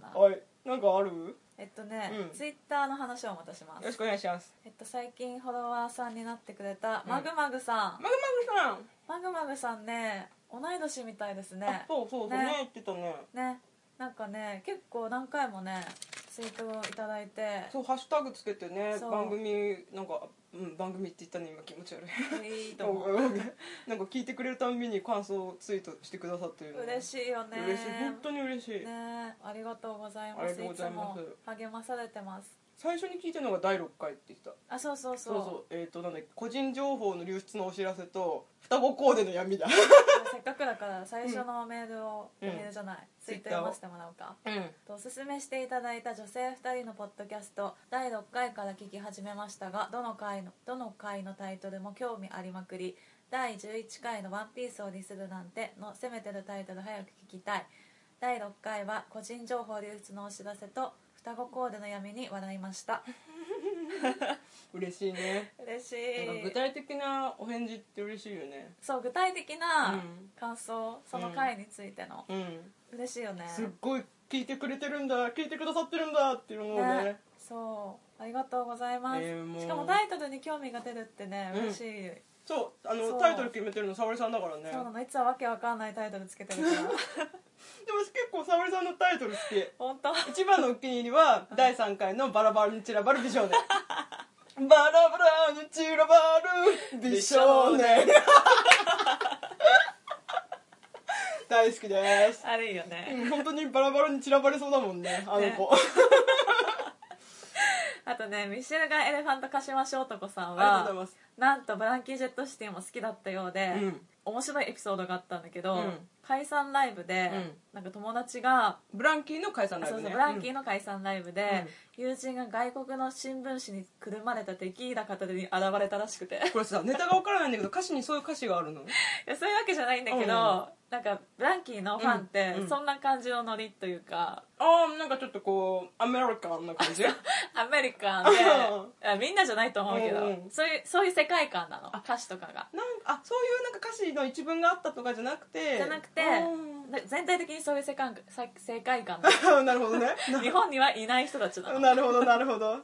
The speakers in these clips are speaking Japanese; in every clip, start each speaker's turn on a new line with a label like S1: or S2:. S1: なんかあるよ
S2: えっとね、
S1: うん
S2: ツイッターの話をまたしま
S1: ろ
S2: す
S1: しくお願いします
S2: えっと最近フォロワーさんになってくれた
S1: うん
S2: マグマグさん、
S1: マグマグさん
S2: マグマグさんね同い年みたいです
S1: あ
S2: ね
S1: そうそうそうね
S2: ね
S1: 言ってたね
S2: ねなんかね結構何回もねツイートをいただいて
S1: そうハッシュタグつけてね
S2: そう
S1: 番組なんかうん番組って言ったね今気持ち 悪い
S2: いいと思う
S1: なんか聞いてくれるたんびに感想をツイートしてくださってるの
S2: 嬉しいよね
S1: 嬉しい本当に嬉しい、
S2: ねありがとうござい
S1: あ
S2: ま
S1: り
S2: す
S1: がとうご
S2: いつ
S1: ざいま
S2: も
S1: す
S2: 励まされてます
S1: 最初に聞いたのが第6回って言ってた
S2: あそうそうそ
S1: そ
S2: うう
S1: そうえっ、となんだっけ個人情報の流出のお知らせと双子コーデの闇だ
S2: せっかくだから最初のメールを、
S1: うん
S2: メールじゃない、ツイート
S1: Twitter
S2: 読
S1: を
S2: ませてもらおうか
S1: うん
S2: おすすめしていただいた女性2人のポッドキャスト第6回から聞き始めましたがどの回のどの回のタイトルも興味ありまくり第11回の「ワンピースをディスるなんて」の攻めてるタイトル早く聞きたい第6回は個人情報流出のお知らせと双子コーデの闇に笑いました
S1: 嬉しいね
S2: 嬉し
S1: なんか具
S2: い
S1: 体的なお返事って嬉しいよね
S2: そう具体的
S1: う
S2: なん感想、その回についての、
S1: うん
S2: 嬉しいよね
S1: すっごい聞いてくれてるんだ聞いてくださってるんだっていうのをね
S2: ねそうありがとうございます、
S1: えーもう
S2: しかもタイトルに興味が出るってね
S1: うん
S2: 嬉しい、
S1: そうあの
S2: そう
S1: タイトル決めてるの沙織さんだからね
S2: そうなのいつはわけわかんないタイトルつけてるから
S1: でも結構沙織さんのタイトル好き
S2: 本当
S1: 一番のお気に入り は第3回の「バラバラに散らばる美少年」バラバラに散らばる美少 年大好きです
S2: あれいいよね、
S1: うん本当にバラバラに散らばれそうだもんねあの子、
S2: あとねミシェルガン・エレファント・カシマシ男さん
S1: ありがとう
S2: は
S1: ございます
S2: なんとブランキー・ジェット・シティも好きだったようで、
S1: うん
S2: 面白いエピソードがあったんだけど、
S1: うん
S2: 解散ライブで、
S1: うん
S2: なんか友達が、
S1: ブランキーの解散ライ
S2: そ
S1: ブ
S2: う
S1: ね
S2: そうブランキーの解散ライブで、友人が外国の新聞紙にくるまれたテキーラ片手に現れたらしくて
S1: これさネタがわからないんだけど歌詞にそういう歌詞があるの
S2: いやそういうわけじゃないんだけど、
S1: うん
S2: なんかブランキーのファンって
S1: うんうん
S2: そんな感じのノリという か、
S1: ああなんかちょっとこうアメリカンな感じ
S2: アメリカンで
S1: う
S2: あみんなじゃないと思うけど、
S1: うんうん
S2: そういうそういう世界観なの歌詞とかが
S1: なんかあそういうなんか歌詞の一文があったとかじゃなくて
S2: じゃなくて
S1: あ
S2: で全体的にそういう世界観さ世界観なの
S1: ー なるほどね
S2: 日本にはいない人たちなの
S1: なるほどなるほど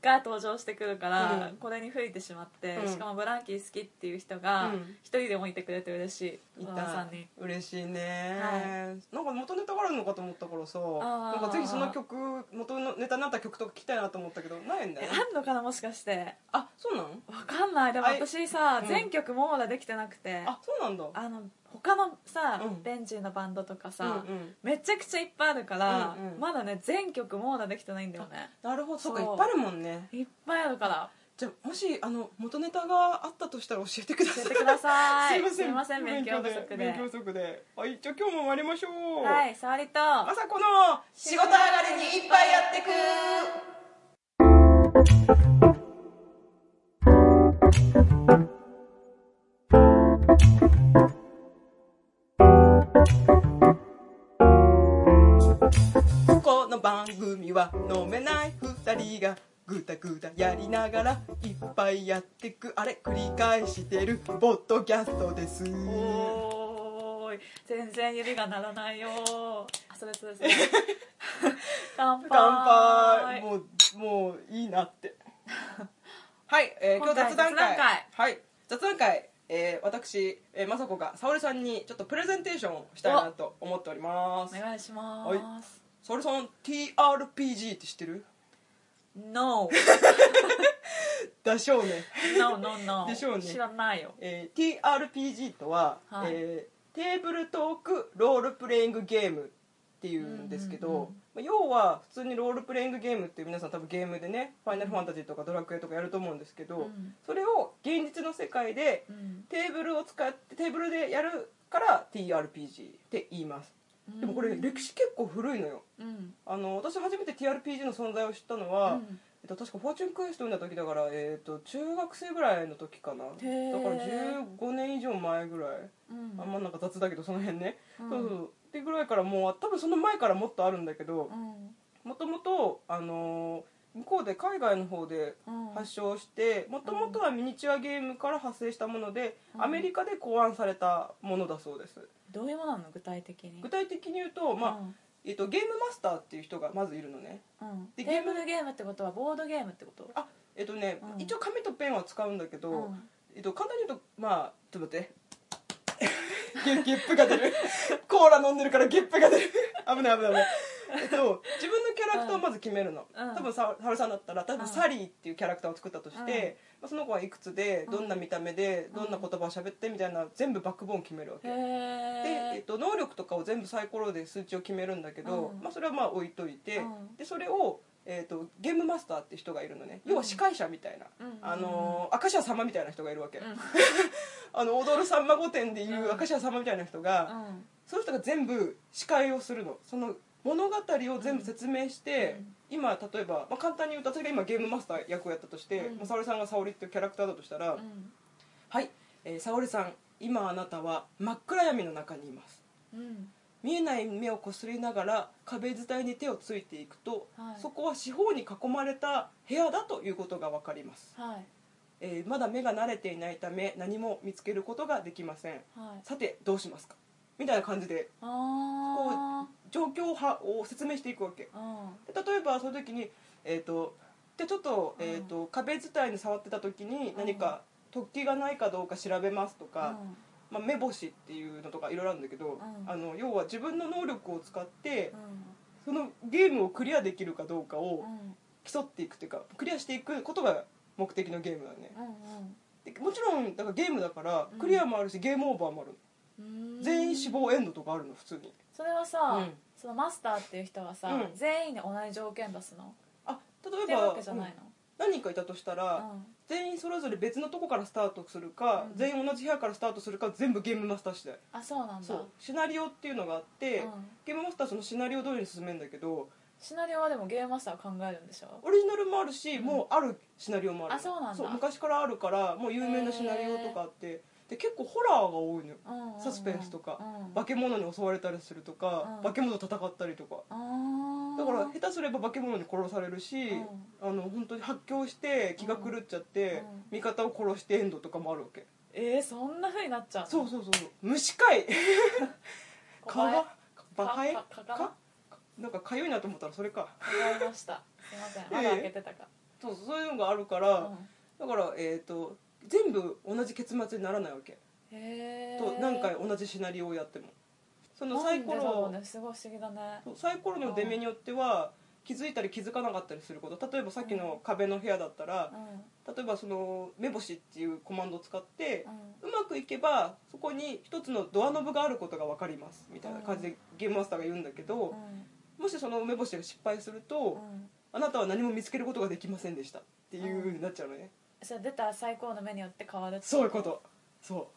S2: が登場してくるから、
S1: うん
S2: これに吹いてしまって、
S1: うん
S2: しかもブランキー好きっていう人が
S1: うん
S2: 一人でもいてくれて嬉しい
S1: い
S2: 小
S1: た
S2: 川さんに
S1: 嬉しいね、なんか元ネタがあるのかと思ったからさ
S2: あ
S1: な
S2: ー
S1: んかぜひその曲元のネタになった曲とか聞きたいなと思ったけどないんだ
S2: え
S1: よ
S2: あんのかなもしかして
S1: あそうなの
S2: わかんないでも
S1: あい
S2: 私さ、
S1: うん
S2: 全曲網羅できてなくて
S1: あそうなんだ
S2: あの他のさ、
S1: うん
S2: ベンジーのバンドとかさ、
S1: うんうん
S2: めちゃくちゃいっぱいあるから、
S1: うんうん
S2: まだね全曲網羅できてないんだよね
S1: なるほどそうかいっ
S2: そう
S1: ぱいあるもんね
S2: いっぱいあるから
S1: じゃあもしあの元ネタがあったとしたら教えてくだ
S2: 教
S1: さ
S2: え
S1: い
S2: てください
S1: すいません
S2: 勉強不足で
S1: 勉強不足ではいじゃあ今日も参りましょう
S2: はい沙織と
S1: まさこの仕事上がりにいっぱいやってくこの番組は飲めない二人がぐだぐだやりながらいっぱいやってくあれ繰り返してるポッドキャストです
S2: おーい全然指が鳴らないよあそれそれ それ乾杯
S1: 乾杯もうもういいなってはい、えー今日雑談会
S2: 今回雑談会
S1: はい雑談会、えー私、えー、まさこが沙織さんにちょっとプレゼンテーションをしたいなと思っております
S2: お願いします、
S1: はい沙織さん TRPG って知ってる
S2: No
S1: だしょうね、
S2: No No No
S1: でしょうね
S2: 知らないよ
S1: えー TRPG とは、
S2: はい
S1: えーテーブルトークロールプレイングゲームっていうんですけど、
S2: うんうんうん
S1: まあ要は普通にロールプレイングゲームって皆さん多分ゲームでね「ファイナルファンタジー」とか「ドラクエ」とかやると思うんですけど、
S2: うん
S1: それを現実の世界で
S2: うん
S1: テーブルを使ってテーブルでやるから TRPG って言いますでもこれ歴史結構古いのよ
S2: うん
S1: あの私初めて TRPG の存在を知ったのは、
S2: うん
S1: えっと、確か「フォーチュンクエスト」読んだ時だから、えっと中学生ぐらいの時かなだから
S2: ー
S1: 15年以上前ぐらい
S2: うん
S1: あんまなんか雑だけどその辺ね、
S2: うん
S1: そうそうってぐらいからもう多分その前からもっとあるんだけどもともとあのー向こうで海外の方で
S2: うんうん
S1: 発祥してもともとはミニチュアゲームから発生したもので、
S2: うん
S1: アメリカで考案されたものだそうです
S2: どういうものなの具体的に
S1: 具体的に言うと、ま
S2: う
S1: あ
S2: ん
S1: えっと、ゲームマスターっていう人がまずいるのね
S2: うん、
S1: で
S2: テーブルゲームってことはボードゲームってこと
S1: あえっとね、
S2: うん
S1: 一応紙とペンは使うんだけど、
S2: うん
S1: えっと、簡単に言うとまあちょっと待ってゲゲップが出るコーラ飲んでるからゲップが出る危ない危ない危ないえっと自分のキャラクターをまず決めるの、
S2: うん
S1: 多分さハルさんだったら多
S2: う
S1: 分
S2: ん
S1: サリーっていうキャラクターを作ったとして、まあ、その子はいくつで
S2: うん
S1: どんな見た目で、どんな言葉を喋ってみたいな全部バックボーン決めるわけ、
S2: へ
S1: で、えっ
S2: え
S1: と、能力とかを全部サイコロで数値を決めるんだけど、
S2: うん
S1: まあ、それはまあ置いといて、
S2: うん
S1: でそれを、えっと、ゲームマスターって人がいるのね要は司会者みたいな、
S2: うん
S1: あのー明石家様みたいな人がいるわけ、あの踊るさんま御殿でいう
S2: うん
S1: 明石家様みたいな人が、その人が全部司会をするのその物語を全部説明して、今例えば、まあ、簡単に言うと私が今ゲームマスター役をやったとして、
S2: うん
S1: まあ沙織さんが沙織っていうキャラクターだとしたら、はい、えー、沙織さん今あなたは真っ暗闇の中にいます見えない目をこすりながら壁伝いに手をついていくと、
S2: はい
S1: そこは四方に囲まれた部屋だということが分かります、
S2: はい
S1: えーまだ目が慣れていないため何も見つけることができません
S2: はい
S1: さてどうしますかみたいな感じで
S2: あ
S1: 状況はを説明していくわけ
S2: あうん
S1: で例えばその時にえっ、とでちょっと,、
S2: うん
S1: えー、と壁伝いに触ってた時に何か突起がないかどうか調べますとか、まあ、目星っていうのとかいろいろあるんだけど、
S2: うん
S1: あの要は自分の能力を使って、
S2: うん
S1: そのゲームをクリアできるかどうか
S2: う
S1: を
S2: ん
S1: 競っていくっていうかクリアしていくことが目的のゲームだね
S2: うん
S1: でもちろんだからゲームだから
S2: うん
S1: クリアもあるしゲームオーバーもある、
S2: うん
S1: 全員死亡エンドとかあるの普通に
S2: それはさ、
S1: うん
S2: そのマスターっていう人はさ、
S1: うん
S2: 全員に同じ条件出すの
S1: あ
S2: って
S1: 例えば
S2: わけじゃない
S1: うん
S2: の、
S1: 何人かいたとしたら、
S2: うん
S1: 全員それぞれ別のとこからスタートするか、
S2: うん
S1: 全員同じ部屋からスタートするか全部ゲームマスター次第
S2: あそうなんだ
S1: そうシナリオっていうのがあって、
S2: うん
S1: ゲームマスターはそのシナリオ通りに進めるんだけど
S2: シナリオはでもゲームマスターが考えるんでしょ
S1: オリジナルもあるし、
S2: うん
S1: もうあるシナリオもある
S2: あそうなんだ
S1: 昔からあるからもう有名なシナリオとかあってで結構ホラーが多いのよ
S2: うんうんうん
S1: サスペンスとか
S2: うん
S1: 化け物に襲われたりするとか、
S2: うん
S1: 化け物と戦ったりとか
S2: あ
S1: だから
S2: ー
S1: 下手すれば化け物に殺されるし、
S2: うん
S1: あの本当に発狂して気が狂っちゃって、
S2: うん
S1: 味方を殺してエンドとかもあるわけ、
S2: えー、そんなふうになっちゃうの
S1: そうそうそう虫 かい
S2: こ
S1: か
S2: こへ
S1: わバカえ
S2: かかか
S1: かなんかかゆいなと思ったらそれか
S2: わかりましたすいませんまだ開けてたか、
S1: そうそうそういうのがあるから、
S2: うん
S1: だからえっ、と全部同じ結末にならないわけ
S2: へえ
S1: と何回同じシナリオをやってもそのサ
S2: サ
S1: イ
S2: イ
S1: コ
S2: コ
S1: ロ
S2: ロ
S1: を
S2: ねすごい不思議だね
S1: そうサイコロの出目によっては気づいたり気づかなかったりすること例えばさっきの壁の部屋だったら
S2: うんうん
S1: 例えばその目星っていうコマンドを使ってうまくいけばそこに一つのドアノブがあることが分かりますみたいな感じでゲームマスターが言うんだけど
S2: うん
S1: もしその目星が失敗する
S2: う
S1: と
S2: ん
S1: あなたは何も見つけることができませんでしたっていう風になっちゃうのね
S2: それ出たサイコロの目によって変わるって
S1: そういうことそ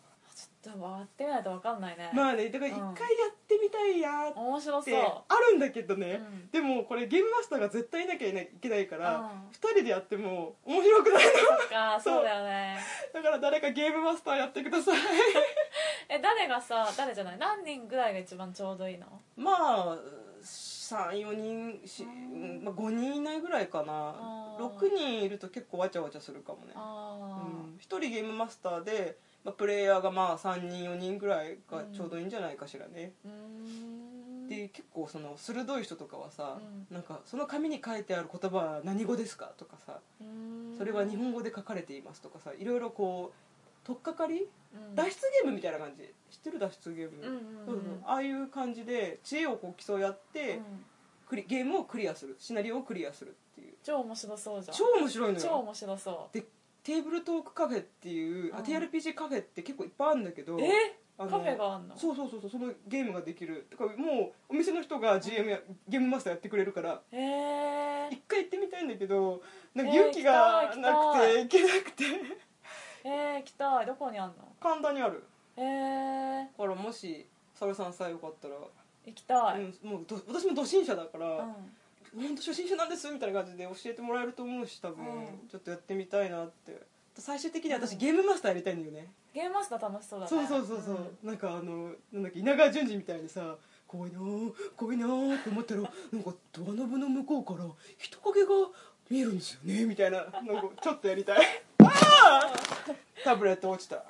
S2: ちょっと割ってみないと分かんないね、
S1: うまあねだから一回やってみたいやーっ
S2: 面白そう
S1: てあるんだけどね、
S2: うん
S1: でもこれゲームマスターが絶対いなきゃいないいけないから、
S2: うん
S1: 2人でやっても面白くないの
S2: そっか
S1: そう
S2: そうだよね
S1: だから誰かゲームマスターやってください
S2: え誰がさ誰じゃない何人ぐらいが一番ちょうどいいの
S1: まあ34人し、
S2: うん
S1: まあ、5人いないぐらいか
S2: あ
S1: な
S2: ー
S1: 6人いると結構わちゃわちゃするかもね、う
S2: ああ、
S1: ん、1人ゲームマスターで、まあ、プレイヤーがまあ3人4人ぐらいがちょうどいいんじゃないかしらね、
S2: うーん
S1: で結構その鋭い人とかはさ、
S2: う
S1: なんかその紙に書いてある言葉は何語ですかとかさ
S2: うーん
S1: それは日本語で書かれていますとかさいろいろこう取っかかり
S2: うん
S1: 脱出ゲームみたいな感じ知ってる脱出ゲーム、
S2: うんうんうん
S1: そうそうああいう感じで知恵をこう競い合っ
S2: う
S1: て、
S2: ん
S1: クリゲームをクリアするシナリオをクリアするっていう
S2: 超面白そうじゃん
S1: 超面白いの
S2: 超
S1: よ
S2: 面白そ
S1: でテーブルトークカフェっていう、あ
S2: うん
S1: TRPG カフェって結構いっぱいあるんだけど
S2: うえ
S1: あの
S2: カフェがあんの
S1: そうそうそうそうそのゲームができるだからもうお店の人が GM や、ゲームマスターやってくれるから
S2: へえ
S1: 一回行ってみたいんだけどなんか
S2: えー
S1: 勇気がなくて、行けなくて
S2: えー、行きたいどこにあんの
S1: 簡単にある
S2: へえ
S1: だからもし沙織さんさえよかったら、
S2: ー、行きたい、
S1: うん、もうど私も初心者だか
S2: う
S1: ら、
S2: ん
S1: 本当初心者なんですみたいな感じで教えてもらえると思うし多分、
S2: うん
S1: ちょっとやってみたいなって最終的に私ゲームマスターやりたいんだよね、
S2: ゲームマスター楽しそうだね
S1: そうそうそうそう、なんかあのなんだっけ稲川淳二みたいにさ怖いなー怖いなーって思ったらなんかドアノブの向こうから人影が見えるんですよねみたいななんかちょっとやりた いあータブレット落ちた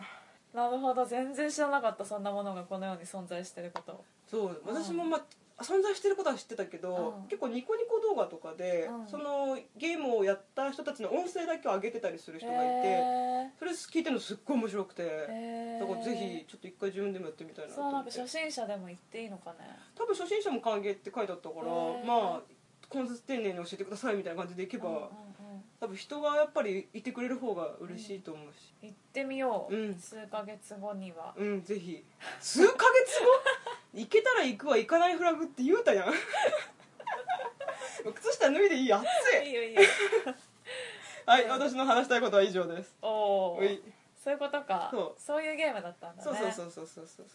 S2: なるほど全然知らなかったそんなものがこの世に存在してること
S1: そう私もまあ存在してることは知ってたけど、
S2: うん
S1: 結構ニコニコ動画とかで、
S2: うん
S1: そのゲームをやった人たちの音声だけを上げてたりする人がいて、
S2: へ
S1: それ聞いてるのすっごい面白くて、
S2: ーへー
S1: だからぜひちょっと一回自分でもやってみたいなと
S2: そう
S1: 思
S2: な
S1: っ
S2: ん
S1: て
S2: か初心者でも行っていいのかね
S1: 多分初心者も歓迎って書いてあったから、
S2: へー
S1: まあ根節丁寧に教えてくださいみたいな感じでいけば、
S2: うんうんうん
S1: 多分人がやっぱりいてくれる方が嬉しいと思うし、
S2: 行ってみよう、
S1: うん
S2: 数ヶ月後には
S1: うんぜひ数ヶ月後行けたら行くは行かないフラグって言うたやん 靴下脱いでいい暑
S2: い
S1: い
S2: いよい いよ
S1: はい私の話したいことは以上です
S2: おお
S1: うい
S2: そういうことか
S1: そう
S2: いうゲームだったんだね
S1: そうそうそうそうそうそう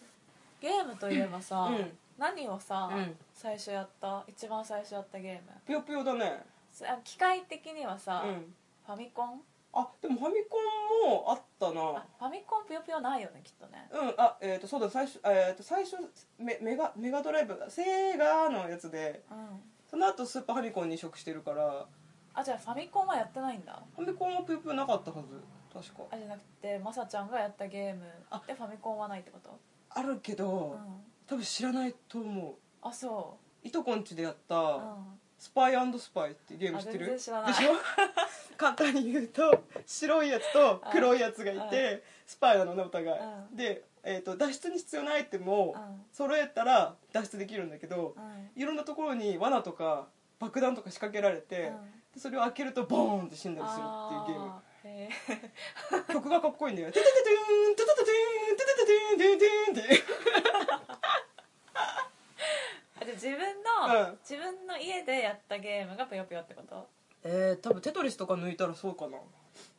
S2: ゲームといえばさ、
S1: うん
S2: 何をさ、
S1: うん
S2: 最初やった一番最初やったゲーム
S1: ぷよぷよだね
S2: そあ機械的には
S1: う
S2: さ、
S1: ん
S2: ファミコン
S1: あでもファミコンもあったな
S2: あファミコンぷよぷよないよねきっとね
S1: うんあえっ、とそうだ最初えっ、と最初メメガメガドライブセーガーのやつで
S2: うん
S1: その後スーパーファミコンに移植してるから
S2: あじゃあファミコンはやってないんだ
S1: ファミコンはぷよぷよなかったはず確か
S2: あじゃなくてまさちゃんがやったゲーム
S1: あ
S2: でファミコンはないってこと
S1: あるけど、
S2: うん
S1: 多分知らないと思
S2: あそ
S1: いいとこんちでやっ
S2: う、う
S1: た
S2: ん、
S1: 「スパイスパイ」っていうゲーム知って
S2: あ全
S1: る
S2: 然
S1: で
S2: 知
S1: し
S2: ら
S1: ょ
S2: ない
S1: 簡単に言うと白いやつと黒いやつがいてスパイなのねお互い
S2: うん
S1: で、えー、と脱出に必要なアイテムを
S2: うん
S1: 揃えたら脱出できるんだけど
S2: うん
S1: いろんなところに罠とか爆弾とか仕掛けられて、
S2: うん
S1: でそれを開けるとボーンって死んだりするっていうゲーム
S2: あーへー
S1: 曲がかっこいいんだよ「テテテテーンテテテテーンテテテテーンテテテーン」って
S2: あじゃあ自分の、
S1: うん
S2: 自分の家でやったゲームがぷよぷよってこと
S1: えー、多分テトリスとか抜いたらそうかな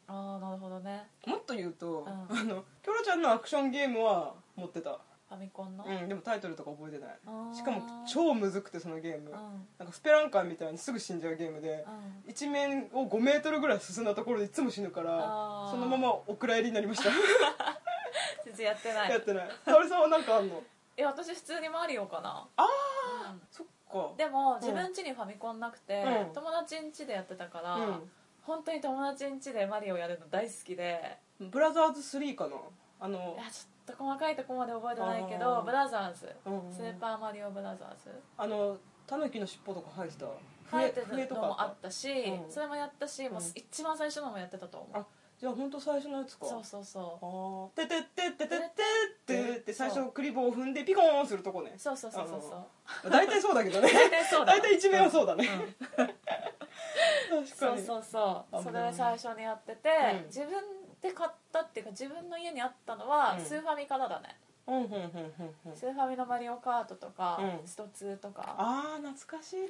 S2: ああなるほどね
S1: もっと言うと、
S2: ん
S1: あのキョロちゃんのアクションゲームは持ってた、
S2: ファミコンの、
S1: うん、でもタイトルとか覚えてな
S2: あー
S1: いしかも超むずくてそのゲー
S2: うんう
S1: ム、
S2: ん
S1: なんかスペランカーみたいにすぐ死んじゃうゲームで、一面を5メートルぐらい進んだところでいつも死ぬから
S2: あー
S1: そのままお蔵入りになりました
S2: 全然やってない
S1: やってない沙織さんは何かあんの
S2: いや私普通にマリオかな
S1: あ
S2: うん
S1: そっか
S2: でも
S1: ん
S2: 自分家にファミコンなくて、
S1: うん
S2: 友達ん家でやってたから、
S1: う
S2: 本当に友達ん家でマリオやるの大好きで
S1: んブラザーズ3かなあ
S2: い
S1: の
S2: やちょっと細かいとこまで覚えてないけ
S1: あ
S2: ど
S1: ー
S2: ブラザーズ
S1: うん
S2: スーパーマリオブラザーズ
S1: あのタヌキの尻尾とか生えてた
S2: 書いて
S1: 笛笛
S2: た
S1: と
S2: の
S1: か
S2: もあ
S1: っ
S2: ったし、
S1: うん
S2: それもやったし、もううん一番最初のもやってたと思
S1: あじゃあ本当最初のやつか
S2: うそうそうそう
S1: ああてててててててって最初クリボーを踏んでピコーンするとこね
S2: そうそうそうそう
S1: あ
S2: そう
S1: 大体そうだけどね
S2: 大体 そうだ
S1: 大体一面はそうだね
S2: うん
S1: 確
S2: そ
S1: か
S2: う
S1: に
S2: そうそう
S1: あ
S2: それ最初にやってて、
S1: うん
S2: 自分で買ったっていうか自分の家にあったのは
S1: うん
S2: スーファミからだね、
S1: うんうんうんうんうん
S2: スーファミのマリオカートとか、
S1: うん
S2: スト2とか
S1: ああ懐かしい
S2: め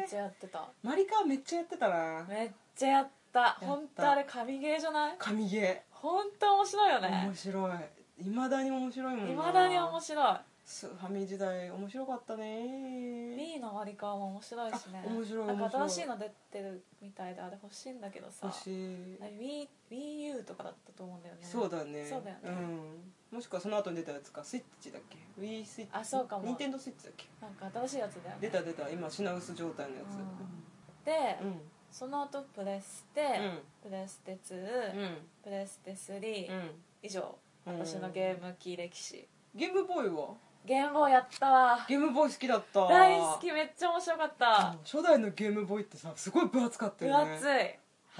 S1: ね
S2: っちゃやってた
S1: マリカーめっちゃやってたな
S2: めっちゃやった本当あれ神ゲーじゃない
S1: 神ゲ
S2: 本当面白いよ
S1: ー
S2: ね
S1: 面白いいまだに面白いもんない
S2: まだに面白
S1: スファミ時代面白かった
S2: い
S1: ね
S2: B の割り勘も面白いしね
S1: あ面白い
S2: なんか
S1: 面白い
S2: 新しいの出てるみたいであれ欲しいんだけどさ
S1: 欲しい
S2: WiiU とかだったと思うんだよね
S1: そうだね
S2: そうだよね
S1: うん、もしくはその後に出たやつかスイッチだっけ Wii スイッチ
S2: あそうかも
S1: 任天堂スイッチだっけ
S2: なんか新しいやつだよね
S1: 出た出た今品薄状態のや
S2: で
S1: つ、うん
S2: その後プレステ、プレステ2、
S1: うん
S2: プレステ3、
S1: うん
S2: 以上
S1: うん
S2: 私のゲーム機歴史
S1: ゲームボーイは
S2: ゲームをやったわ
S1: ゲームボーイ好きだった
S2: 大好きめっちゃ面白かった
S1: 初代のゲームボーイってさすごい分厚かった
S2: 分
S1: よね
S2: 厚い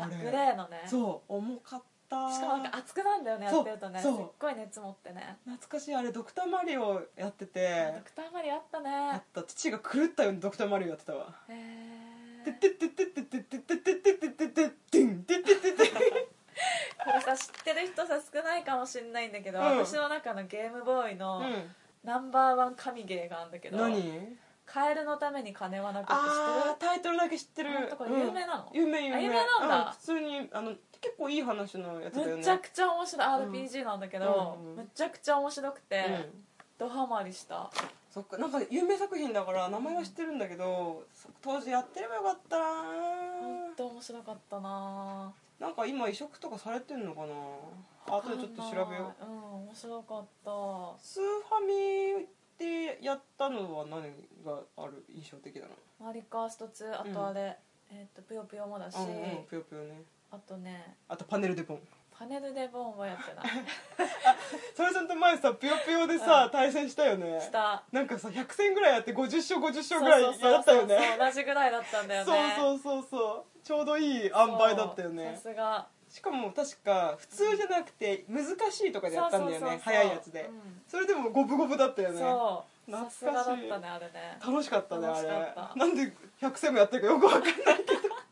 S1: あ
S2: グ
S1: れ
S2: レーのねし
S1: そう重かった
S2: かもなんか熱くなんだよねや
S1: そう
S2: ってるとねすっ
S1: そう
S2: ごい熱持ってね
S1: 懐かしいあれドクターマリオやってて
S2: ドクターマリオあった
S1: あっ
S2: ね
S1: た父が狂ったようにドクターマリオやってたわ
S2: へ
S1: て
S2: え
S1: ってってってってってってってってってってってんてってってって
S2: これさ知ってる人さ少ないかもしんないんだけど、
S1: うん
S2: 私の中のゲームボーイのナンバーワン神ゲーがあるんだけど
S1: 何
S2: カエルのために金はなくって知って
S1: あ
S2: る
S1: ータイトルだけ知ってる
S2: 本当これ有名なの
S1: うん有名有名
S2: あ有名なんだ
S1: う普通にあの結構いい話のやつだよね
S2: むちゃくちゃ面
S1: うん
S2: 白い RPG なんだけど、
S1: うんうん
S2: むちゃくちゃ面白くて、
S1: うん
S2: ドハマりした
S1: そっかなんか有名作品だから名前は知ってるんだけどそ当時やってればよかったな
S2: 本当面白かったな
S1: なんか今移植とかされてんのかなあとでちょっと調べよう
S2: ううん面白かった
S1: スーファミでやったのは何がある印象的なの
S2: マリカースト2あとあれ、えっとぷよぷよもだし、
S1: うんうんぷよぷよね
S2: あとね
S1: あとパネルでポン
S2: パネルでボンはやってない
S1: それちゃんと前さ「ぷよぷよ」でさ、
S2: う
S1: 対戦したよね
S2: した
S1: なんかさ100戦ぐらいやって50勝50勝ぐらいやったよね
S2: 同じぐらいだったんだよね
S1: そうそうそうそうちょうどいい塩梅だったよ
S2: さ
S1: ね
S2: すが
S1: しかも確か普通じゃなくて難しいとかでやったんだよね
S2: そうそうそうそう
S1: 早いやつで、
S2: うん
S1: それでも五分五分だったよね
S2: そう
S1: 懐
S2: さ
S1: かしい
S2: すがだったねあれね
S1: 楽しかったねあれ
S2: 楽しかった
S1: なんで100戦もやってるかよくわかんないけ ど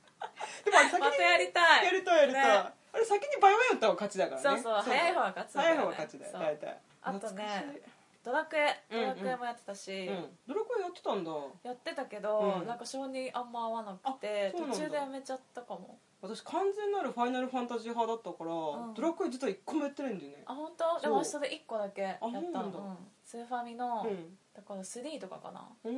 S1: でもあれ先に
S2: またやりたい
S1: やりたいやりたい、
S2: ね
S1: あれ先にバイオやった方が勝ちだからね
S2: そうそう早い方が勝つんだよね
S1: 早い方が勝ちだよ
S2: そう
S1: 大体
S2: あとね
S1: 懐か
S2: ドラクエド
S1: うんうん
S2: ラクエもやってたし、
S1: しいうんドラクエやってたんだ
S2: やってたけど、
S1: うん
S2: なんか性にあんま合わなくて
S1: あそうなんだ
S2: 途中でやめちゃったかも
S1: 私完全なるファイナルファンタジー派だったから、
S2: うん
S1: ドラクエ実は一個もやってないんだよね
S2: あ本当でも私それ1個だけやった
S1: あそうなんだ
S2: スーファミの、
S1: うん
S2: だから3とかかな
S1: うーん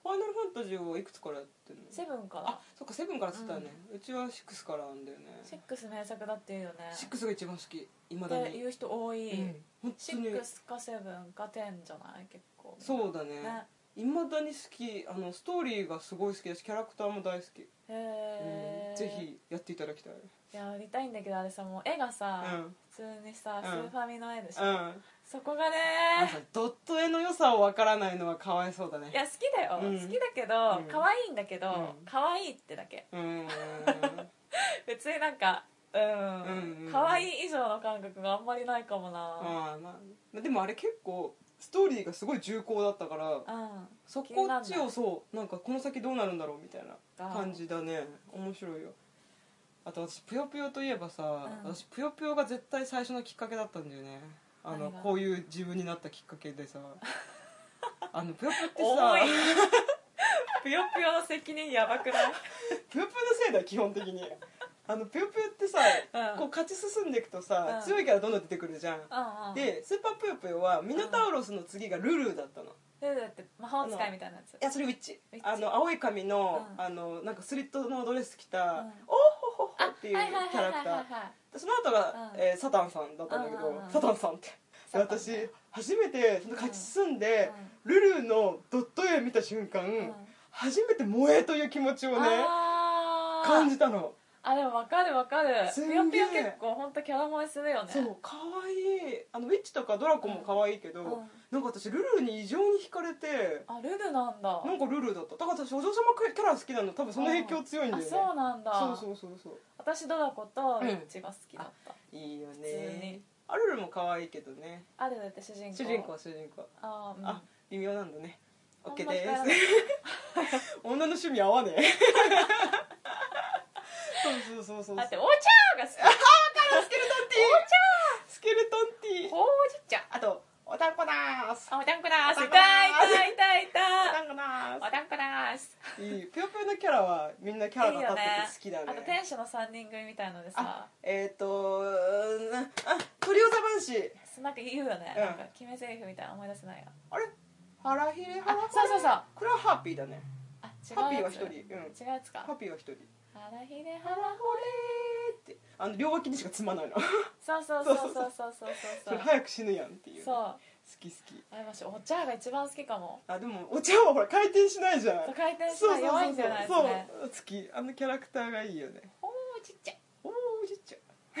S1: ファイナルファンタジーはいくつからやってるの
S2: 7か
S1: あ
S2: ら
S1: そっかセブンからっつったよね、うちはシックスからなんだよね
S2: 6名作だっていうよね
S1: シックスが一番好きいまだ
S2: って
S1: に
S2: 言う人多い、
S1: うん本当に
S2: 6か7か10じゃない結構
S1: そうだね
S2: ね
S1: いまだに好きあのストーリーがすごい好きだしキャラクターも大好き、
S2: へ
S1: う
S2: え
S1: ん、ぜひやっていただきたい
S2: やりたいんだけどあれさもう絵がさ、
S1: うん
S2: 普通にさ、
S1: うん
S2: スーファミの絵でし
S1: う
S2: ょ、
S1: ん
S2: そこがね
S1: なんかドット絵の良さをわからないのはかわいそうだ
S2: い
S1: ね
S2: や好きだよ、
S1: うん
S2: 好きだけど、
S1: うん
S2: 可愛いんだけど、
S1: うん
S2: 可愛いってだけ
S1: うーん
S2: 別になんかうん、
S1: うんうん
S2: 可愛い以上の感覚があんまりないかもな
S1: あー、まあ、でもあれ結構ストーリーがすごい重厚だったから
S2: うん、
S1: そ
S2: 気に
S1: こ
S2: な
S1: っ
S2: ん
S1: ち
S2: な
S1: を
S2: い
S1: そうなんかこの先どうなるんだろうみたいな
S2: あー
S1: 感じだね面白いよあと私ぷよぷよといえばさ、
S2: うん
S1: 私ぷよぷよが絶対最初のきっかけだったんだよねあの
S2: 何が
S1: こういう自分になったきっかけ でさあのぷよぷよって
S2: 重い
S1: さ
S2: ぷよぷよの責任やばくない
S1: ぷよぷよのせいだよ基本的にあのぷよぷよってさ、
S2: うん
S1: こう勝ち進んでいくとさ、
S2: うん
S1: 強いキャラどんどん出てくるじゃん、
S2: うんうん
S1: でスーパーぷよぷよはミノタウロスの次がルルーだったの、
S2: ルルって魔法使いみたいなやつ
S1: いやそれウィッチ
S2: ウィッチ
S1: あの青い髪の,、
S2: うん
S1: あのなんかスリットのドレス着た、
S2: ん
S1: おほほほっていうキャラクターでその後が、
S2: うん
S1: えーサタンさんだったんだけど、
S2: うんうんうん
S1: サタンさんってで
S2: サタン
S1: 私初めてその勝ち進んで、ルルのドット絵見た瞬間、
S2: ん
S1: 初めて萌えという気持ちをね
S2: あー
S1: 感じたの
S2: あでもわかるわかる
S1: すん
S2: ぷ
S1: げー
S2: よぷよ結構本当キャラ萌えするよね
S1: そう可愛いあのウィッチとかドラコも可愛いけど、
S2: うんうん
S1: なんか私ルルに異常に惹かれて
S2: あルルなんだ
S1: なんかルルだっただから私お嬢様キャラ好きなの多分その影響強いんだよね、
S2: あそうなんだ
S1: そうそうそうそう
S2: 私ドラコとウィッチが好きだった、
S1: いいよ
S2: 普通
S1: ね
S2: に
S1: アルルも可愛いけどね
S2: アルルって主人公
S1: 主人公主人公
S2: あー、うん、
S1: あ微妙なんだね
S2: あんま
S1: OK で
S2: 変わらない
S1: す 女の趣味合わ ねえそうそうそうそう
S2: だってお茶が好き
S1: スケルトンティースケルトンティー
S2: ほうじ茶
S1: あとおたんこなーす
S2: あおたんこだーす
S1: お
S2: いた
S1: た
S2: い
S1: んこだーす
S2: たいたいた
S1: おたんこな
S2: おたんこだーす
S1: ーすいいぷよぷよのキャラはみんなキャラが立ってて好
S2: あ
S1: きだ
S2: と
S1: ね
S2: 天使の3人組みたいのでさ
S1: あえっ、ー、とうーんあトリオザバンシー
S2: なんか言うよね、
S1: うん
S2: なんか決め台詞みたいなの思い出せないよ
S1: あれ腹ひれ腹
S2: あそうそうそう
S1: これはハッピーだね
S2: あ違う
S1: ハッピー
S2: や
S1: は一
S2: つ
S1: 人うん
S2: 違うやつか
S1: ハッピーは一人
S2: 腹ひれ
S1: 腹
S2: 腹
S1: ほれーってあの両脇にしかつまないの
S2: そうそうそうそうそうそうそ
S1: そ
S2: う
S1: れ早く死ぬやんっていう
S2: そう
S1: 好
S2: あ
S1: き好き
S2: れ私お茶が一番好きかも
S1: あでもお茶はほら回転しないじゃん
S2: そう回転し
S1: そ
S2: たら
S1: うそうそう
S2: 弱いんじゃないです
S1: そう
S2: ね
S1: そう好きあのキャラクターがいいよね
S2: おーちっちゃい
S1: おおじっちゃ ん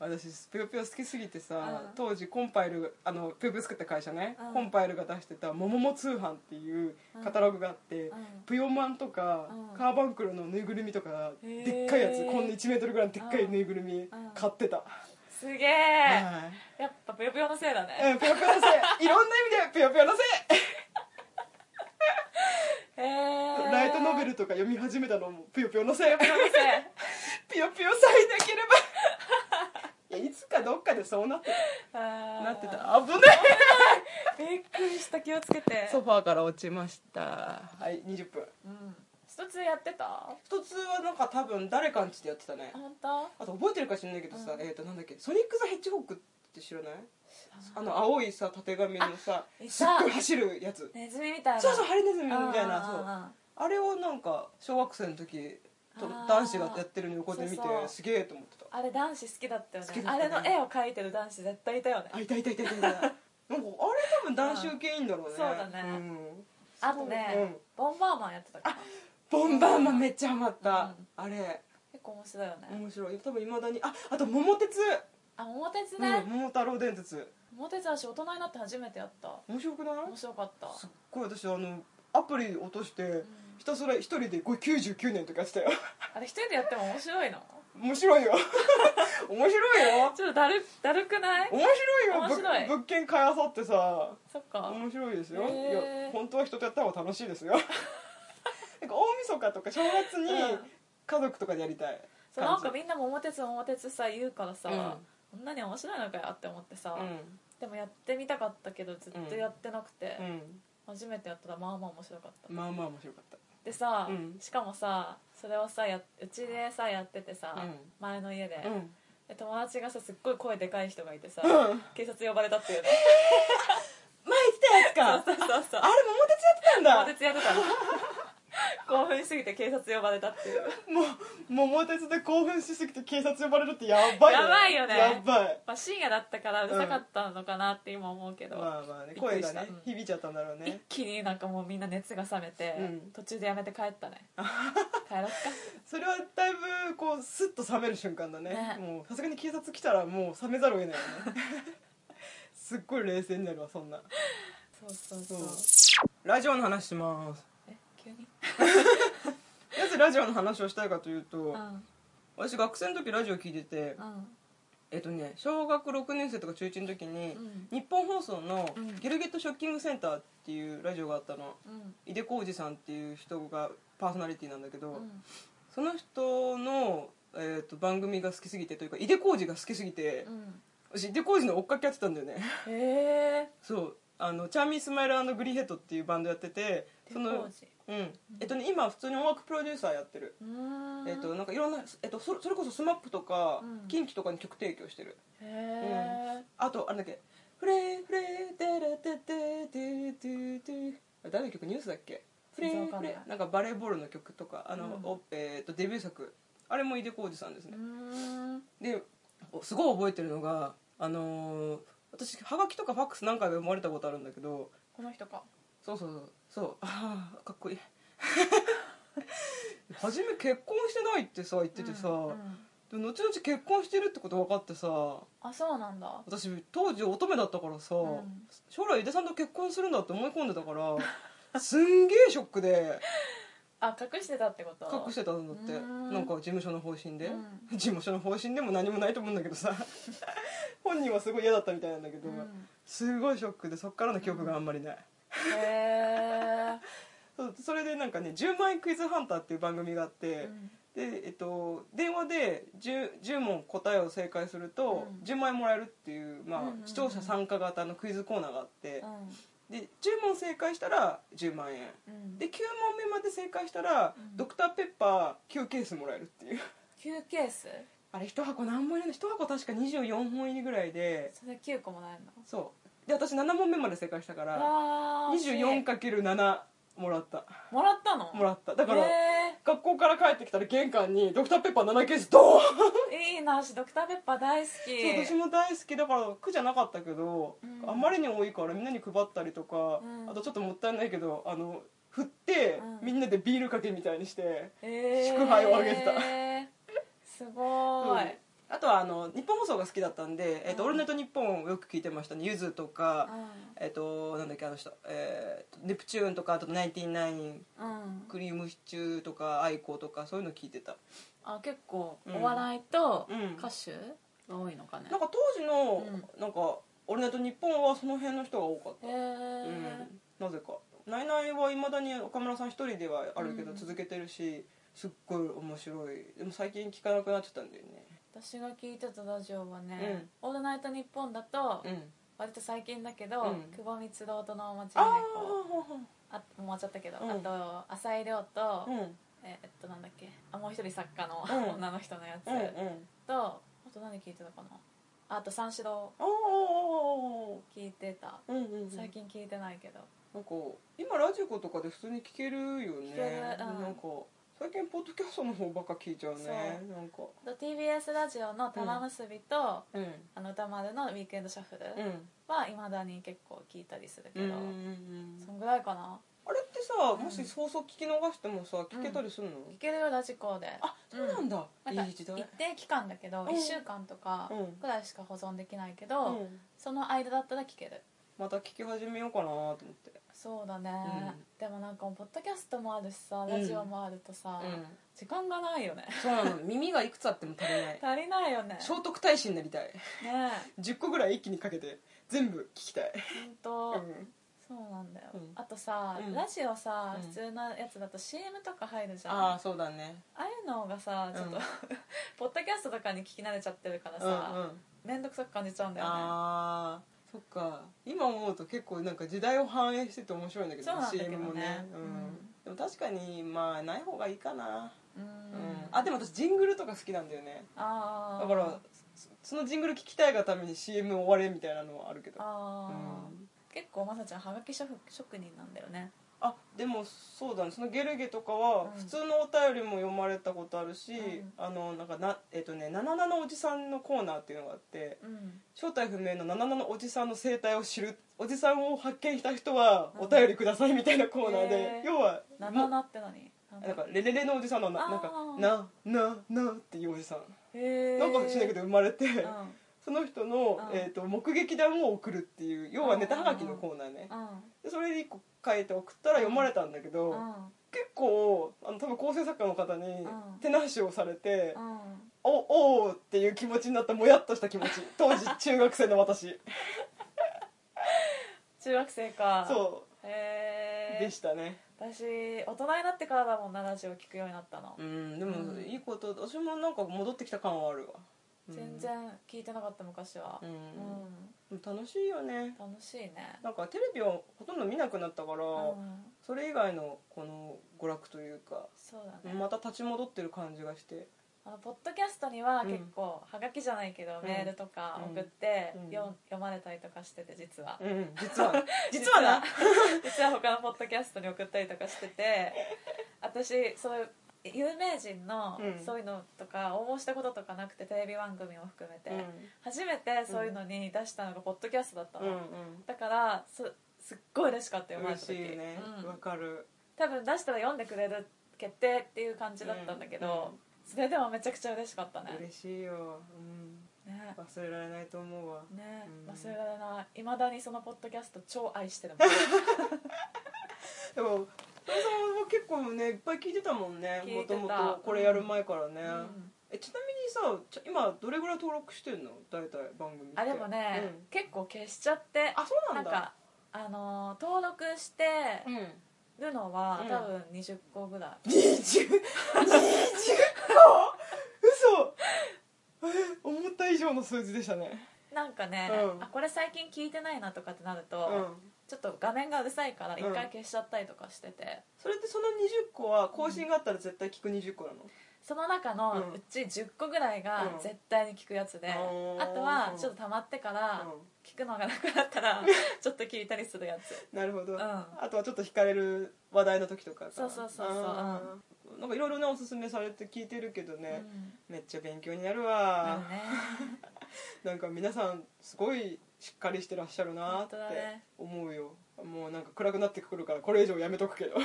S1: 私スペヨペヨ好きすぎてさ、
S2: うん
S1: 当時コンパイルあのペヨペヨ作った会社ね、
S2: うん
S1: コンパイルが出してた「ももも通販」っていうカタログがあって、
S2: うん
S1: ぷよマンとか、
S2: うん
S1: カーバンクルのぬいぐるみとか
S2: へー
S1: でっかいやつこんな1メートルぐらいのでっかいぬいぐるみ
S2: ん
S1: 買ってた、
S2: すげえ
S1: はい
S2: やっぱぷよぷよのせいだね
S1: うん、ぷよぷよのせいいろんな意味でぷよぷよのせい
S2: へえ
S1: ライトノベルとか読み始めたのもぷよぷよのせい
S2: ぷよぷよ のせい
S1: ぷよぷよさえなければいやいつかどっかでそうなって
S2: あー
S1: なってた危ない
S2: びっくりした気をつけて
S1: ファーから落ちましたはい20分
S2: うん一つやってたあ
S1: 一つはなんか多分誰かんちでやってたね
S2: 本当
S1: あと覚えてるか知らないけどさ、
S2: うん
S1: えっ、となんだっけソニック・ザ・ヘッジホックって知らないあの青いさ縦紙のさ
S2: いた
S1: すっごい走るやつ
S2: ネズミみたいな
S1: そうそうハリネズミみ
S2: あー
S1: たいなそう
S2: あ
S1: あれをなんか小学生の時と
S2: あー
S1: 男子がやってるの横で見て
S2: そうそう
S1: すげえと思ってた
S2: ーあれ男子好きだったよね
S1: 好きだ
S2: あ
S1: った
S2: れ
S1: ね
S2: の絵を描いてる男子絶対いたよね
S1: あいたいたいたいたいた なんかあれ多分男子受けいいんだろうね
S2: そうだね
S1: ん
S2: あとね、
S1: うん
S2: ボンバーマンやってたから
S1: ボンバーマンめっちゃハマった、
S2: うん
S1: あれ
S2: 結構面白いよね、
S1: 面白い多分いまだにああと「桃鉄」
S2: あ桃鉄
S1: うん
S2: ね、
S1: 桃太郎電鉄」
S2: 桃鉄私大人になって初めてやった
S1: 面白くない
S2: 面白かった、
S1: すっごい私あのアプリ落として
S2: うん
S1: ひたすら一人でこれ99年とかやってたよ
S2: あれ一人でやっても面白いの
S1: 面白 いよ面白いよ
S2: ちょっとだるだるくない
S1: 面白いよ
S2: 面白い
S1: ぶ物件買いあさってさ
S2: そっか、
S1: 面白いですよ、
S2: へー
S1: いや本当は人とやった方が楽しいで すよなんか大晦日とか正月に
S2: うん
S1: 家族とかでやりたい
S2: そうな
S1: 感
S2: ん
S1: じ
S2: かみんな桃鉄桃鉄さ言うからさ、こんなに面白いのかよって思ってさ、
S1: うん
S2: でもやってみたかったけどずっとやってなくて、
S1: うん
S2: 初めてやったらまあまあ面白かった
S1: まあまあ面白かっ
S2: でさ、
S1: うん
S2: しかもさそれをさやうちでさやっててさ、
S1: うん
S2: 前の家で,、
S1: たうん
S2: で友達がさすっごい声でかい人がいてさ、
S1: うん
S2: 警察呼ばれたっていうね
S1: 前言ってたやつ
S2: そ
S1: か
S2: うそうそう
S1: あれ桃鉄やってたんだ
S2: 桃鉄やって たの興奮しすぎて警察呼ばれたっていう
S1: もう桃鉄で興奮しすぎて警察呼ばれるってやばい
S2: やばいよね
S1: やばい
S2: まあ深夜だったからうるさかったのかなって今思うけど、
S1: まあまあね
S2: びっく
S1: 声
S2: り
S1: が
S2: した
S1: ね
S2: うん
S1: 響いちゃったんだろう
S2: 一
S1: ね
S2: 気になんかもうみんな熱が冷めて、
S1: うん
S2: 途中でやめて帰った ね帰ろっか
S1: それはだいぶこうスッと冷める瞬間だね
S2: ね
S1: もうさすがに警察来たらもう冷めざるを得ないよね すっごい冷静になるわそんな
S2: そうそうそう
S1: そうラジオの話します
S2: え急に
S1: なぜラジオの話をしたいかという
S2: う
S1: と
S2: んうん
S1: 私学生の時ラジオ聞いててえっとね小学6年生とか中1の時に
S2: うん
S1: 日本放送の
S2: うん
S1: 「ゲルゲットショッキングセンター」っていうラジオがあったの
S2: うん
S1: 井出浩二さんっていう人がパーソナリティなんだけど、
S2: うん
S1: その人の、えー、と番組が好きすぎてというか井出浩二が好きすぎて、
S2: うん
S1: 私井出浩二の追っかけやってたんだよね
S2: へえ
S1: そうあのチャーミースマイルグリーヘッドっていうバンドやっててその
S2: 手工
S1: うんえっとね今普通に音楽プロデューサーやってる、
S2: 事うーん
S1: えっとなんかいろんな、えっと、それそれこそ SMAP とか、
S2: うん
S1: キンキとかに曲提供してる
S2: へえ
S1: あとあれだっけ「フレーフレーテレテテテテテ」あれ誰の曲ニュースだっけフレ
S2: 全然
S1: ー
S2: わか
S1: フ
S2: んない
S1: レーなんかバレーボールの曲とかあの、
S2: うん
S1: おえー、とデビュー作あれも井出浩二さんです
S2: う
S1: ね
S2: ー、ん
S1: でおすごい覚えてるのがあのー私はがきとかファックス何回も読まれたことあるんだけど
S2: この人か
S1: そうそうそうそうああかっこい い初め結婚してないってさ言っててさ、
S2: うんうん
S1: でも後々結婚してるってこと分かってさ
S2: あそうなんだ
S1: 私当時乙女だったからさ、
S2: うん
S1: 将来井出さんと結婚するんだって思い込んでたから すんげえショックで
S2: あ隠してたってこと
S1: 隠してたんだって
S2: うん
S1: なんか事務所の方針で、
S2: うん
S1: 事務所の方針でも何もないと思うんだけ どさ本人はすごい嫌だったみたいなんだけど、
S2: うん
S1: すごいショックでそっからの記憶があんまりない、
S2: へ
S1: そうそれでなんかね「10万円クイズハンター」っていう番組があって、
S2: えうん
S1: でえっと、電話で 10, 10問答えを正解すると
S2: うん
S1: 10万円もらえるっていう、まあ
S2: うんうんうん
S1: 視聴者参加型のクイズコーナーがあって、
S2: うん
S1: で10問正解したら10万円
S2: うん
S1: で9問目まで正解したら、
S2: うん
S1: ドクターペッパー9ケースもらえるっていう
S2: 9ケース
S1: あれ1箱何本入りの1箱確か24本入りぐらいで
S2: それ9個もらえるの
S1: そうで私7問目まで正解したから
S2: わあ
S1: 24×7 もらった
S2: もらったの
S1: もら
S2: っ
S1: っただから、
S2: へ
S1: 学校から帰ってきたら玄関にドクターペッパー7ケースドーン
S2: えいいな私ドクターペッパー大好き
S1: そう私も大好きだから苦じゃなかったけど、
S2: うん
S1: あまりに多いからみんなに配ったりとか、
S2: うん
S1: あとちょっともったいないけどあの振って、
S2: うん
S1: みんなでビールかけみたいにして、
S2: えー
S1: 祝杯をあげてた
S2: すごーい、
S1: あとはあの日本放送が好きだったんで「えっと
S2: うん
S1: オールナイトニッポン」をよく聞いてましたねゆずとか、
S2: う
S1: えっとなんだっけあの人、えーとネプチューンとかあとナインティナイン
S2: んうん
S1: クリームシチューとかアイコとかそういうの聞いてた
S2: あ結構
S1: うん
S2: お笑いと
S1: うん
S2: 歌手が多いのかね、
S1: なんか当時の、
S2: う
S1: なんか「オールナイトニッポン」はその辺の人が多かった
S2: へえ
S1: うん、なぜか「ナイナイ」はいまだに岡村さん一人ではあるけど
S2: うん
S1: 続けてるし、すっごい面白いでも最近聞かなくなっちゃったんだよね
S2: 私が聞いてたラジオはね「オールナイトニッポン」だと
S1: うん
S2: 割と最近だけど、
S1: うん
S2: 久保光堂とのお待ち
S1: あ
S2: ない子
S1: あ
S2: あもう終わっちゃったけど、
S1: うん
S2: あと浅井亮と、
S1: うんうん
S2: えっとなんだっけあもう一人作家の
S1: うん
S2: 女の人のやつ、
S1: うん
S2: とあと何聞いてたかなあと三四郎
S1: ああ
S2: 聞いてた
S1: うんうん
S2: 最近聞いてないけど、
S1: なんか今ラジコとかで普通に聞けるよね
S2: 聞けるうん
S1: なんか最近ポッドキャストの方ばっか聞いちゃうね
S2: そう
S1: なんか
S2: あと TBS ラジオの「玉結び」と「
S1: うん
S2: あの歌丸」の「ウィークエンドシャッフル
S1: うん」
S2: はいまだに結構聞いたりするけ
S1: うんうん
S2: ど、
S1: うん
S2: そんぐらいかな
S1: あれってってさ
S2: うん
S1: もし放送聞き逃してもさ聞けたりするの、
S2: 聞けるよラジコで
S1: あそうなんだ、
S2: また
S1: いい
S2: 一
S1: 時代
S2: 定期間だけど
S1: ん
S2: 1週間とか
S1: うん
S2: くらいしか保存できないけ
S1: う
S2: ど
S1: ん、
S2: その間だったら聞ける
S1: また聞き始めようかなと思って
S2: そうだね
S1: うん
S2: でもなんかポッドキャストもあるしさ
S1: ん
S2: ラジオもあるとさ
S1: うん
S2: 時間がないよね
S1: そうなの耳がいくつあっても足りない
S2: 足りないよね
S1: 聖徳太子になりたい
S2: ね
S1: 10個ぐらい一気にかけて全部聞きたい、
S2: 本当
S1: うん、
S2: そうなんだよ
S1: うん
S2: あとさ
S1: うん
S2: ラジオさ
S1: うん
S2: 普通のやつだと CM とか入るじゃん
S1: ああ
S2: あ
S1: そうだね
S2: あいうのがさちょっと
S1: うん
S2: ポッドキャストとかに聞き慣れちゃってるから
S1: うんうん
S2: さ面倒くさく感じちゃうんだよね
S1: ああそっか今思うと結構なんか時代を反映してて面白いんだけど
S2: そうなんだけどね
S1: CM もね、うん
S2: うん
S1: でも確かにまあない方がいいかな、
S2: う
S1: うん
S2: ん
S1: あでも私ジングルとか好きなんだよね
S2: あー
S1: だからそそのジングル聞きたいがために CM 終われみたいなのはあるけどあ,、
S2: ああ、
S1: うん
S2: 結構まさちゃんはがき職職人なんだよね
S1: でもそうだねその「ゲルゲ」とかは
S2: うん
S1: 普通のお便りも読まれたことあるし、
S2: うん
S1: あのなんかなえっ、とね「ナナナのおじさん」のコーナーっていうのがあって
S2: うん
S1: 正体不明のナナナのおじさんの生態を知るおじさんを発見した人はお便りくださいみたいなコーナーで、
S2: へー
S1: 要は
S2: 「なな
S1: も
S2: な」って何なん
S1: なん
S2: だ
S1: かレレレのおじさんのななんか
S2: あ
S1: 「
S2: ー
S1: ななな」っていうおじさん、
S2: へえ
S1: なんかしないけ
S2: ど
S1: ど生まれて、
S2: うんうん
S1: その人の
S2: う、ん
S1: えー、と目撃談を送るっていう要はネタはがきのコーナーねでそれで1個書いて送ったら読まれたんだけど、
S2: うん
S1: 結構あの多分構成作家の方に
S2: ん
S1: 手直しをされて、
S2: うん
S1: おおーっていう気持ちになったもやっとした気持 ち当時中学生の私
S2: 中学生かう
S1: そ
S2: へ
S1: う
S2: え
S1: でしたね
S2: 私大人になってからだもんなラジオ聞くようになったの、
S1: うんで
S2: も
S1: いいこと私もなんか戻ってきた感はあるわ
S2: 全然聞いてなかった昔は
S1: うん
S2: うん、
S1: 楽しいよね
S2: 楽しいね
S1: なんかテレビをほとんど見なくなったから、
S2: うん
S1: それ以外のこの娯楽というか
S2: そうだね、
S1: また立ち戻ってる感じがして
S2: あのポッドキャストには
S1: うん
S2: 結構、はがきじゃないけど、
S1: うん
S2: メールとか送って、
S1: うん
S2: よ読まれたりとかしてて実は、
S1: うん実 は 実はな
S2: 実は他のポッドキャストに送ったりとかしてて私そういう有名人の
S1: うん
S2: そういうのとか応募したこととかなくてテレビ番組も含めて、初めてそういうのに出したのがポッドキャストだった
S1: う
S2: の、
S1: んうん
S2: だからすすっごい嬉しかったよ
S1: 嬉しいね
S2: 生まれた時う
S1: わ
S2: ん
S1: かる
S2: 多分出したら読んでくれる決定っていう感じだったんだけど、それでもめちゃくちゃ嬉しかったね
S1: 嬉しいようん
S2: ね
S1: 忘れられないと思うわ
S2: ね
S1: うん
S2: 忘れられないいまだにそのポッドキャスト超愛してる もん
S1: でもそもそも結構ねいっぱい聞いてたもんね
S2: 聞
S1: も
S2: いて
S1: と
S2: た
S1: もとこれやる前からね
S2: うん
S1: えちなみにさちょ今どれぐらい登録してんの大体番組って
S2: あでもね、
S1: うん
S2: 結構消しちゃって
S1: あそう
S2: なん
S1: な
S2: ん
S1: だ
S2: かあのー登録して
S1: うん
S2: るのは、
S1: うん
S2: 多分20個ぐらい
S1: 20 20個嘘え思った以上の数字でしたね
S2: なんかね、
S1: うん
S2: あこれ最近聞いてないなとかってなると、
S1: うん
S2: ちょっと画面がうるさいから一回
S1: うん
S2: 消しちゃったりとかしてて、
S1: それってその20個は更新があったら絶対聞く20個なの
S2: その中
S1: う
S2: の
S1: ん
S2: うち10個ぐらいが
S1: うん
S2: 絶対に聞くやつで、
S1: おー
S2: あとはちょっと溜まってから
S1: う
S2: 聞くのがなくなったら ちょっと聞いたりするやつ
S1: んなるほど、
S2: うん
S1: あとはちょっと惹かれる話題の時とかか
S2: そうそうそうそう
S1: あーなんかいろいろねおすすめされて聞いてるけど
S2: う
S1: ね、
S2: ん
S1: めっちゃ勉強になる
S2: な
S1: わ
S2: る、ね
S1: なんか皆さんすごいしっかりしてらっしゃるなーって
S2: 本当だね
S1: 思うよもうなんか暗くなってくるからこれ以上やめとくけど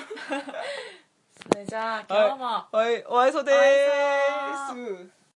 S2: それじゃあ今日も、
S1: はいお会いそうで
S2: お会いそ
S1: ーす